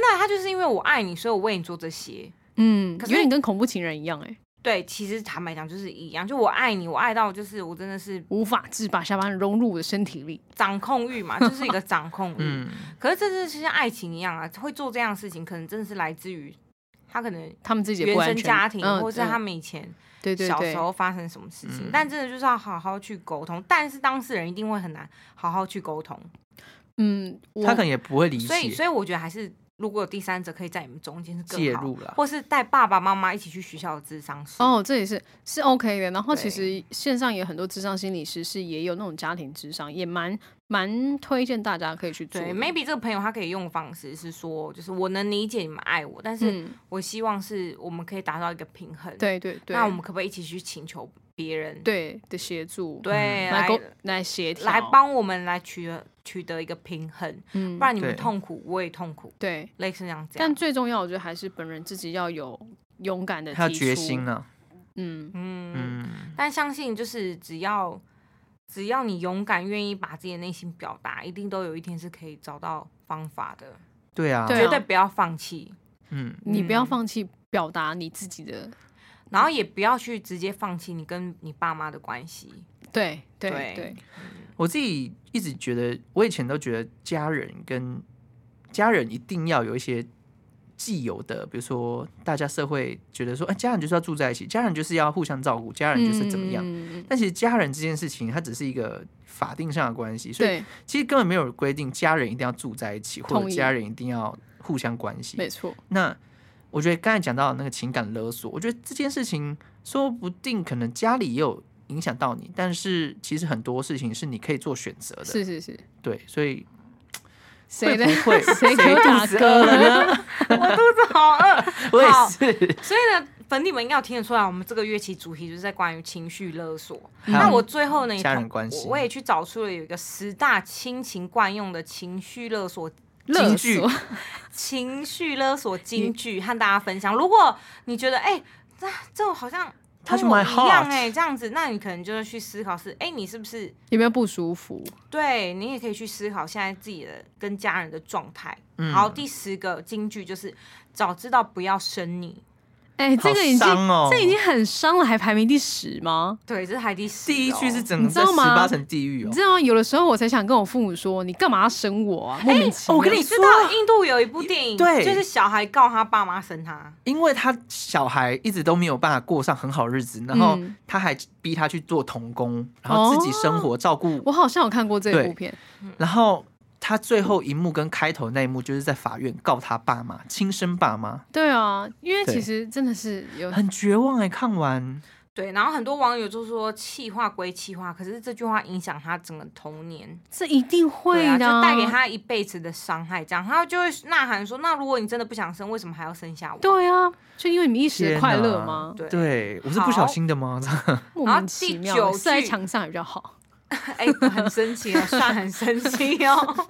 B: 的，他就是因为我爱你，所以我为你做这些。
E: 嗯，
B: 可
E: 有
B: 是
E: 点跟恐怖情人一样、欸，哎，
B: 对，其实坦白讲就是一样，就我爱你，我爱到就是我真的是
E: 无法自拔，下班融入我的身体里，
B: 掌控欲嘛，就是一个掌控欲。
F: 嗯，
B: 可是这就是像爱情一样啊，会做这样的事情，可能真的是来自于他可能
E: 他们自己也
B: 原
E: 不安
B: 生
E: 全，
B: 家庭，
E: 嗯
B: 或是他
E: 嗯
B: 们以前
E: 对对
B: 小
E: 对
B: 时候发生什么事情。
F: 嗯
B: 但真的就是要好好去沟通，但是当事人一定会很难好好去沟通。
E: 嗯，我
F: 他可能也不会理解，
B: 所以，所以我觉得还是如果有第三者可以在你们中间是更
F: 介
B: 好
F: 入啦
B: 或是带爸爸妈妈一起去学校的智商室。
E: 哦，这也是是 OK 的。然后
B: 对
E: 其实线上也很多智商心理师是也有那种家庭智商，也蛮蛮推荐大家可以去做的。
B: 对，maybe 这个朋友他可以用的方式是说，就是我能理解你们爱我，但是
E: 嗯，
B: 我希望是我们可以达到一个平衡。，
E: 对对对，
B: 那我们可不可以一起去请求别人？
E: 对的协助，
B: 对，
E: 嗯来
B: 来
E: 沟来协调，
B: 来，帮我们来取得取得一个平衡，
E: 嗯
B: 不，然你们
F: 对
B: 痛苦，我也痛苦，
E: 对。
B: 类似像这样。
E: 但最重要，我觉得还是本人自己要有勇敢的
F: 他有决心啊
E: 了，
F: 呢、
E: 嗯，
B: 嗯，
F: 嗯，
B: 但相信就是只要只要你勇敢，愿意把自己的内心表达，一定都有一天是可以找到方法的，
F: 对啊，
E: 对啊
B: 绝对不要放弃，
F: 嗯，
E: 你不要
B: 嗯
E: 放弃表达你自己的，
B: 然后也不要去直接放弃你跟你爸妈的关系。
E: 对对
B: 对
E: 对，
F: 我自己一直觉得，我以前都觉得家人跟家人一定要有一些既有的，比如说大家社会觉得说，哎、家人就是要住在一起，家人就是要互相照顾，家人就是怎么样。
E: 嗯嗯嗯
F: 但其实家人这件事情，它只是一个法定上的关系，所以
E: 对，
F: 其实根本没有规定家人一定要住在一起，或者
E: 同意
F: 家人一定要互相关系。
E: 没错，
F: 那我觉得刚才讲到那个情感勒索，我觉得这件事情说不定可能家里也有影响到你，但是其实很多事情是你可以做选择的。
E: 是是是，
F: 对，所
E: [LAUGHS]
F: 以
E: 谁的
F: 会不会
E: 谁给我打
F: 肚子饿
E: 嗝
F: 了呢？
B: 我肚子好饿，
F: 我
B: 好
F: 也是。
B: 所以呢，粉底们应该有听得出来，我们这个乐器主题就是在关于情绪勒索。
F: 嗯
B: 那我最后呢，也
F: 家人
B: 同
F: 关系
B: 我我也去找出了有一个十大亲情惯用的情绪勒索。
E: 勒
F: 剧
E: 索，
B: 情绪勒索金句和大家分享。如果你觉得，哎、这这好像
F: 他是
B: 跟我
F: my
B: 一样
F: heart
B: 哎、这样子，那你可能就是去思考是，哎、你是不是
E: 有没有不舒服？
B: 对你也可以去思考现在自己的跟家人的状态。
F: 嗯
B: 好，第十个金句就是早知道不要生你。
E: 哎，这个已经
F: 好伤哦
E: 这已经很伤了，还排名第十吗？
B: 对，这是排第十、哦
F: 第一句是。整
E: 你
F: 个
E: 知
F: 在
E: 道
F: 十
E: 吗
F: 八层地狱
E: 你
F: 哦
E: 知。道吗？有的时候我才想跟我父母说，你干嘛要生我啊？
F: 哎
E: 莫名其妙。
F: 我跟你
B: 哦你
F: 说啊
B: 知，道印度有一部电影，
F: 对
B: 就是小孩告他爸妈生他，
F: 因为他小孩一直都没有办法过上很好日子，然后
E: 嗯
F: 他还逼他去做童工，然后自己生
E: 哦
F: 活照顾
E: 我好像有看过这部
F: 对
E: 片，
F: 然后他最后一幕跟开头那一幕，就是在法院告他爸妈，亲生爸妈，
E: 对啊，因为其
F: 对
E: 实真的是有
F: 很绝望哎、看完，
B: 对，然后很多网友就说气话归气话，可是这句话影响他整个童年，
E: 这一定会
B: 对啊，
E: 的
B: 就
E: 啊，
B: 带给他一辈子的伤害。这样，他就会呐喊说：“那如果你真的不想生，为什么还要生下我？”
E: 对啊，就因为你们一时
F: 天
E: 的
F: 哪
E: 快乐吗？
B: 对
F: 对我是不小心的吗？ [LAUGHS]
E: 莫
B: 然后
E: 名其
B: 第
E: 妙，
B: 九
E: 是在
B: 句
E: 墙上也比较好。
B: 哎、很生气哦，算很生气哦。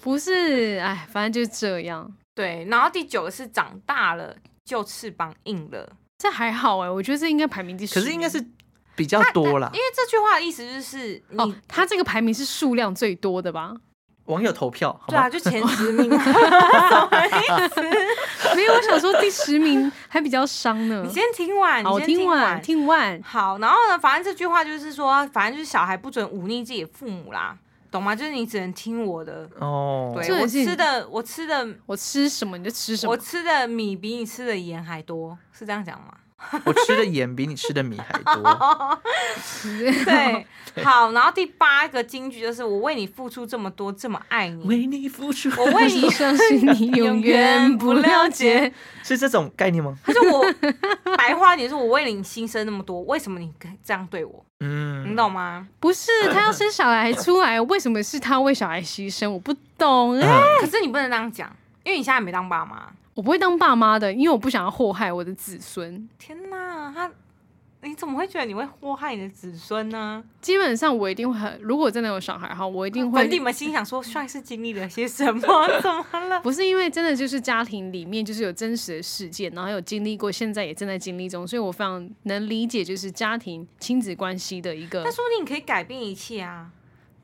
E: 不是，哎，反正就是这样。
B: 对，然后第九个是长大了就翅膀硬了，
E: 这还好哎、我觉得这应该排名第十。
F: 可是应该是比较多啦
B: 因，为这句话的意思就是你、
E: 哦，他这个排名是数量最多的吧？
F: 网友投票，好
B: 对啊，
F: 吗？
B: 就前十名，啊什么
E: [LAUGHS]
B: 意思？
E: 没有，我想说第十名 [LAUGHS] 还比较伤
B: [LAUGHS]
E: 呢。
B: 你先听完，
E: 好，
B: 你先
E: 我听完
B: 完，
E: 听完，
B: 好，然后呢，反正这句话就是说，反正就是小孩不准忤逆自己的父母啦。懂吗？就是你只能听我的。
F: 哦，
E: 这
B: 对
E: 也
B: 我
E: 是
B: 吃的，我吃的，
E: 我吃什么你就吃什么
B: 我。吃的米比你吃的盐还多，是这样讲
E: [LAUGHS]
B: 吗？
F: 我吃的盐比你吃的米还多，
B: 对，好，然后第八个金句就是我为你付出这么多，这么爱你，
F: 为你付出，
B: 我为你，
E: 相信你永远不了解。
F: [LAUGHS] 是这种概念吗？
B: 他说我白话一点说，我为你牺牲那么多，为什么你这样对我？
F: 嗯，
B: 你懂吗？
E: 不是他要生小孩出来，为什么是他为小孩牺牲？我不懂哎、
F: 嗯
B: 可是你不能这样讲，因为你现在还没当爸妈。
E: 我不会当爸妈的，因为我不想要祸害我的子孙。
B: 天哪，他你怎么会觉得你会祸害你的子孙呢？
E: 基本上我一定会很，如果真的有小孩哈，我一定会
B: 粉底们心想说，帅是经历了些什么？怎么了？
E: 不是因为真的就是家庭里面就是有真实的事件，然后有经历过，现在也正在经历中，所以我非常能理解就是家庭亲子关系的一个
B: 但。说不定你可以改变一切啊！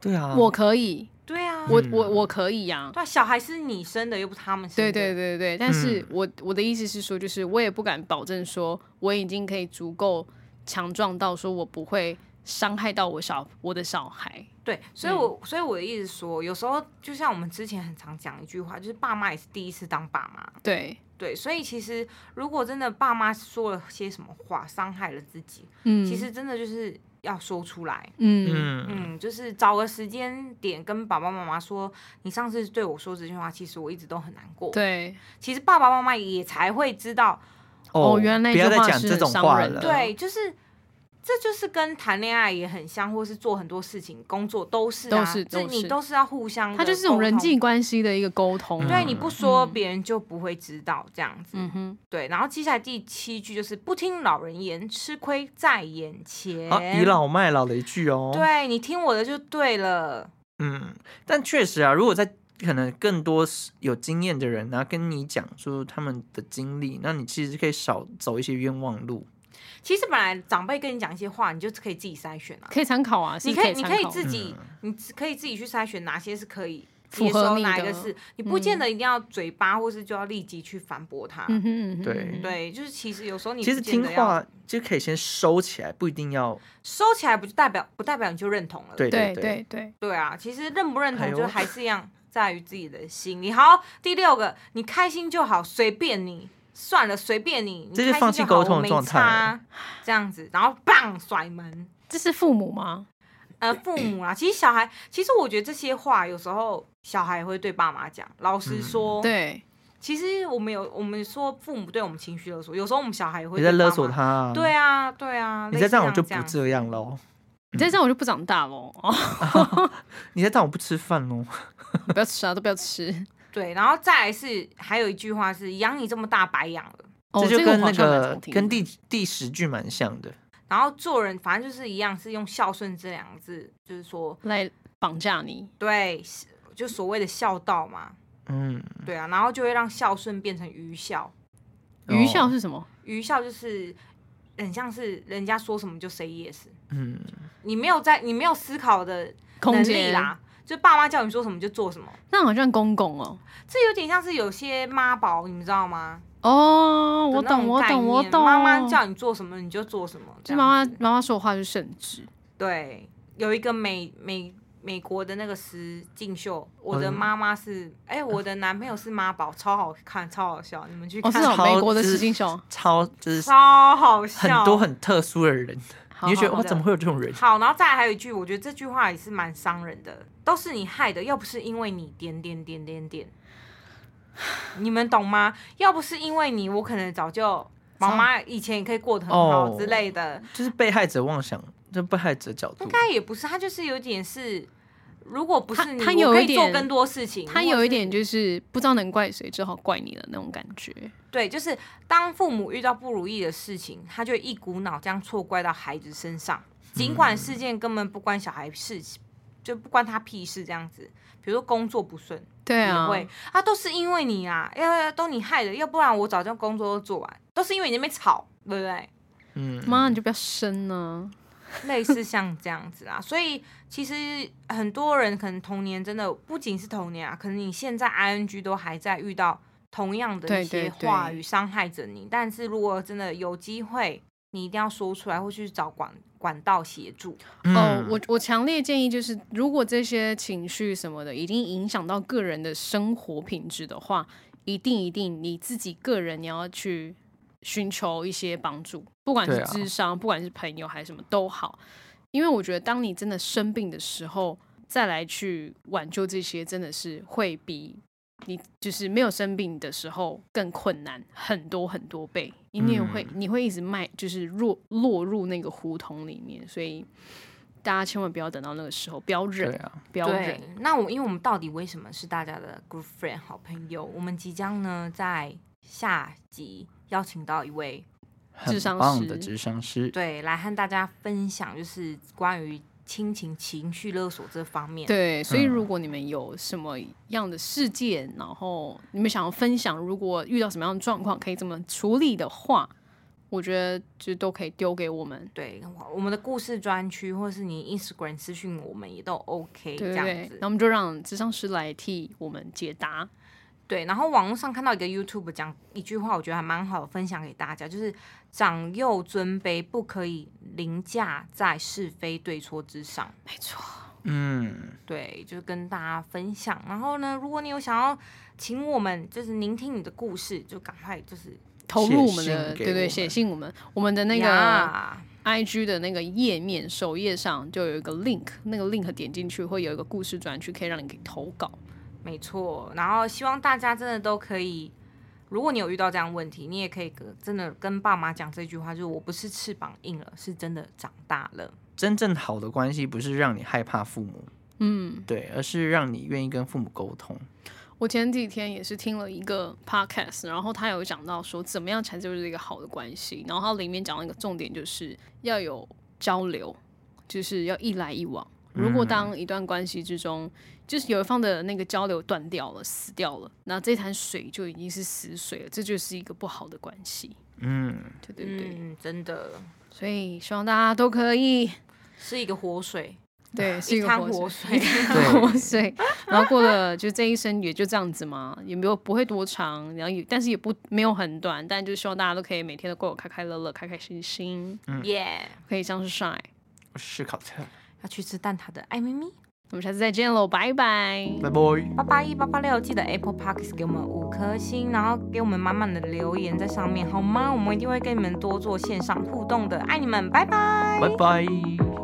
F: 对啊，
E: 我可以，
B: 对啊，
E: 我
F: 嗯
E: 我我可以呀、
B: 对啊，小孩是你生的，又不是他们生
E: 对
B: 的。
E: 对
B: 对，
E: 对对，但是我我的意思是说，就是我也不敢保证说我已经可以足够强壮到说我不会伤害到我小我的小孩。
B: 所以我、
E: 嗯
B: 所以我的意思说，有时候就像我们之前很常讲一句话，就是爸妈也是第一次当爸妈。
E: 对，
B: 对，所以其实如果真的爸妈说了些什么话，伤害了自己，
E: 嗯，
B: 其实真的就是要说出来。
E: 嗯，
F: 嗯，
B: 嗯，就是找个时间点跟爸爸妈妈说，你上次对我说这句话，其实我一直都很难过。，
E: 对，
B: 其实爸爸妈妈也才会知道，
E: 哦原来
F: 不要
E: 这
F: 再
E: 话
F: 讲
E: 是
F: 这种
E: 伤
F: 话
E: 人
F: 了，
E: 的
B: 对，就是这就是跟谈恋爱也很像，或是做很多事情、工作都是、啊，
E: 都是
B: 就
E: 都
B: 你
E: 是
B: 都是要互相的沟通，
E: 它就是一种人际关系的一个沟通。
B: 对，你不说，
E: 嗯
B: 别人就不会知道这样子。
E: 嗯哼，
B: 对，然后接下来第七句就是不听老人言，吃亏在眼前。
F: 啊，倚老卖老的一句哦，，
B: 对你听我的就对了。
F: 嗯，但确实啊，如果在可能更多是有经验的人，然后跟你讲说他们的经历，那你其实可以少走一些冤枉路。
B: 其实本来长辈跟你讲一些话，你就可以自己筛选啊。
E: 可以参考啊，是
B: 你可以，
E: 以
B: 你
E: 参
B: 可以
E: 考
B: 自
E: 的
B: 己，你只可以自己去筛选哪些是可以
E: 符
B: 接
E: 合
B: 收，
E: 你
B: 哪一个
E: 的
B: 是你不见
E: 嗯
B: 得一定要嘴巴，或是就要立即去反驳他。
E: 嗯哼嗯哼，
F: 对
E: 嗯哼，
B: 对，就是其实有时候你
F: 其
B: 不
F: 实
B: 见
F: 听
B: 得要
F: 话就可以先收起来，不一定要
B: 收起来，不就代表不代表你就认同了？
F: 对
E: 对
F: 对
E: 对对，
B: 呃对啊，其实认不认
F: 哎
B: 同就
F: 呦
B: 还是一样，在于自己的心里。好，第六个，你开心就好，随便你，算了，随便你，你
F: 这是
B: 开心
F: 放弃
B: 就好
F: 沟通
B: 我
F: 的
B: 没
F: 状态
B: 差这样子，然后棒甩门。
E: 这是父母吗？
B: 呃，父母啊，其实小孩，其实我觉得这些话有时候小孩会对爸妈讲。老
F: 嗯
B: 实说，，
E: 对，
B: 其实我们有我们说父母对我们情绪勒索，有时候我们小孩也会
F: 你在
B: 对爸
F: 勒索
B: 妈。
F: 他、啊。
B: 对啊，对啊，
F: 你
B: 类
F: 再
B: 似
F: 这样我就
B: 这
F: 不
B: 样
F: 这样喽，
E: 你再这样我就不长大喽，哦， [LAUGHS]
F: 你再这样我不吃饭喽。
E: 不要吃啊，都不
B: [LAUGHS]
E: 要吃。
B: 对，然后再来是还有一句话是养你这么大白养了。
E: 哦，
F: 就
E: 这
F: 跟
E: 我
F: 那
E: 好像蛮常
F: 个
E: 听
F: 跟
E: 的
F: 第第十句蛮像的，
B: 然后做人反正就是一样，是用孝顺这两个字，就是说
E: 来绑架你，
B: 对，是就所谓的孝道嘛，
F: 嗯，
B: 对啊，然后就会让孝顺变成愚孝，
E: 愚孝
F: 哦，
E: 是什么？
B: 愚孝就是很像是人家说什么就 say yes，
F: 嗯，
B: 你没有在你没有思考的
E: 空
B: 能
E: 间
B: 力，啦，就爸妈叫你做什么就做什么，
E: 那好像公公哦。
B: 这有点像是有些妈宝，你们知道吗？
E: 哦，
B: 的
E: 我
B: 那
E: 懂，
B: 种
E: 我
B: 概
E: 懂，我
B: 念
E: 懂。
B: 妈妈叫你做什么你就做什么，这
E: 就
B: 样
E: 嗯妈
B: 子
E: 妈妈妈说话就是圣旨，
B: 对，有一个美美美国的那个石进秀，我的
F: 嗯
B: 妈妈是，哎、
E: 嗯
B: 我的男朋友是妈宝，超好看，超好笑，你们去
E: 哦，
B: 看，
E: 是哦，
F: 超
E: 美国的
F: 就是
E: 石金雄。
F: 超就是
B: 超好
F: 很
B: 笑，
F: 多很特殊的人，
E: 好
F: 你就觉得
E: 好
F: 哇，
E: 的
F: 怎么会有这种人？
B: 好。然后再来还有一句，我觉得这句话也是蛮伤人的，都是你害的，要不是因为你点点点点点，你们懂吗？要不是因为你，我可能早就。妈妈以前也可以过得很好
F: 哦
B: 之类的，
F: 就是被害者妄想，就被害者角度，
B: 应该也不是，他就是有点是，如果不
E: 他
B: 是你，
E: 他
B: 我
E: 有
B: 可
E: 一
B: 以做
E: 点
B: 更多事情。
E: 他
B: 如果
E: 有一
B: 是
E: 点就是不知道能怪谁，只好怪你了那种感觉。
B: 对，就是当父母遇到不如意的事情，他就一股脑这样错怪到孩子身上，尽管事件根本不关小孩事情，就不关他屁事这样子。比如说工作不顺，
E: 对
B: 也
E: 啊，
B: 会，啊，都是因为你啊，要要都你害的，要不然我早就工作都做完，都是因为你那边吵，对不对？
F: 嗯，
E: 妈你哦就不要生啊呢、
B: 类似像这样子啊，所以其实很多人可能童年真的不仅是童年啊，可能你现在 ing 都还在遇到同样的
E: 对
B: 一些
E: 对对
B: 话语伤害着你，但是如果真的有机会，你一定要说出来，或去找管管道协助。
E: 哦
F: 嗯，，
E: 我我强烈建议就是，如果这些情绪什么的已经影响到个人的生活品质的话，一定一定你自己个人你要去寻求一些帮助，不管
F: 对
E: 是
F: 啊
E: 智商，不管是朋友还是什么都好，因为我觉得当你真的生病的时候，再来去挽救这些，真的是会比。你就是没有生病的时候更困难很多很多倍，因
F: 嗯
E: 为会、你会一直迈，就是落落入那个胡同里面，所以大家千万不要等到那个时候，不要
F: 对
E: 忍，
F: 啊，
E: 不要忍
B: 对。，那我因为我们到底为什么是大家的 good friend 好朋友？我们即将呢在下集邀请到一位
E: 智商
F: 很棒的
E: 师
F: 智商师，
B: 对来和大家分享，就是关于亲情情绪勒索这方面。
E: 对，所以
F: 嗯
E: 如果你们有什么样的事件，然后你们想要分享，如果遇到什么样的状况可以怎么处理的话，我觉得就都可以丢给我们。
B: 对，我们的故事专区，或是你 Instagram 私讯我们也都 OK
E: 对
B: 这
E: 对
B: 样
E: 对
B: 子，。
E: 那我们就让智商师来替我们解答。
B: 对，然后网络上看到一个 YouTube 讲一句话，我觉得还蛮好的，分享给大家，就是长幼尊卑不可以凌驾在是非对错之上。
E: 没错，
F: 嗯，
B: 对，就是跟大家分享。然后呢，如果你有想要请我们，就是聆听你的故事，就赶快就是
E: 投
F: 写
E: 入我们
F: 信
E: 的
F: 给
E: 对对，
F: 我
E: 写
F: 们
E: 信我们我们的那个
B: 呀
E: IG 的那个页面首页上就有一个 link，那个 link 点进去会有一个故事专区，可以让你给投稿。
B: 没错。然后希望大家真的都可以，如果你有遇到这样的问题，你也可以跟真的跟爸妈讲这句话，就是我不是翅膀硬了，是真的长大了。
F: 真正好的关系不是让你害怕父母，
E: 嗯，
F: 对，而是让你愿意跟父母沟通。
E: 我前几天也是听了一个 podcast，然后他有讲到说怎么样才就是一个好的关系，然后它里面讲到一个重点就是要有交流，就是要一来一往。如果当一段关系之中，就是有一方的那个交流断掉了、死掉了，那这潭水就已经是死水了，这就是一个不好的关系。
F: 嗯，
E: 对对对，
B: 嗯，真的
E: 所以希望大家都可以
B: 是一个活水，
E: 对，是一个
B: 滩
E: 活 [LAUGHS]
B: 活水 [LAUGHS]
E: 水，一滩活水。然后过了就这一生也就这样子嘛，也没有不会多长，然后也但是也不没有很短，但就希望大家都可以每天都过得开开乐乐、开开心心，
B: 耶、
E: 可以像是 shine。
F: 我是考特，
B: 要去吃蛋挞的爱咪咪，
E: 我们下次再见喽，拜拜。
F: 拜拜。
B: 八八一八八六，记得 Apple Parks 给我们五颗星，然后给我们满满的留言在上面好吗？我们一定会跟你们多做线上互动的，爱你们，拜拜，
F: 拜拜。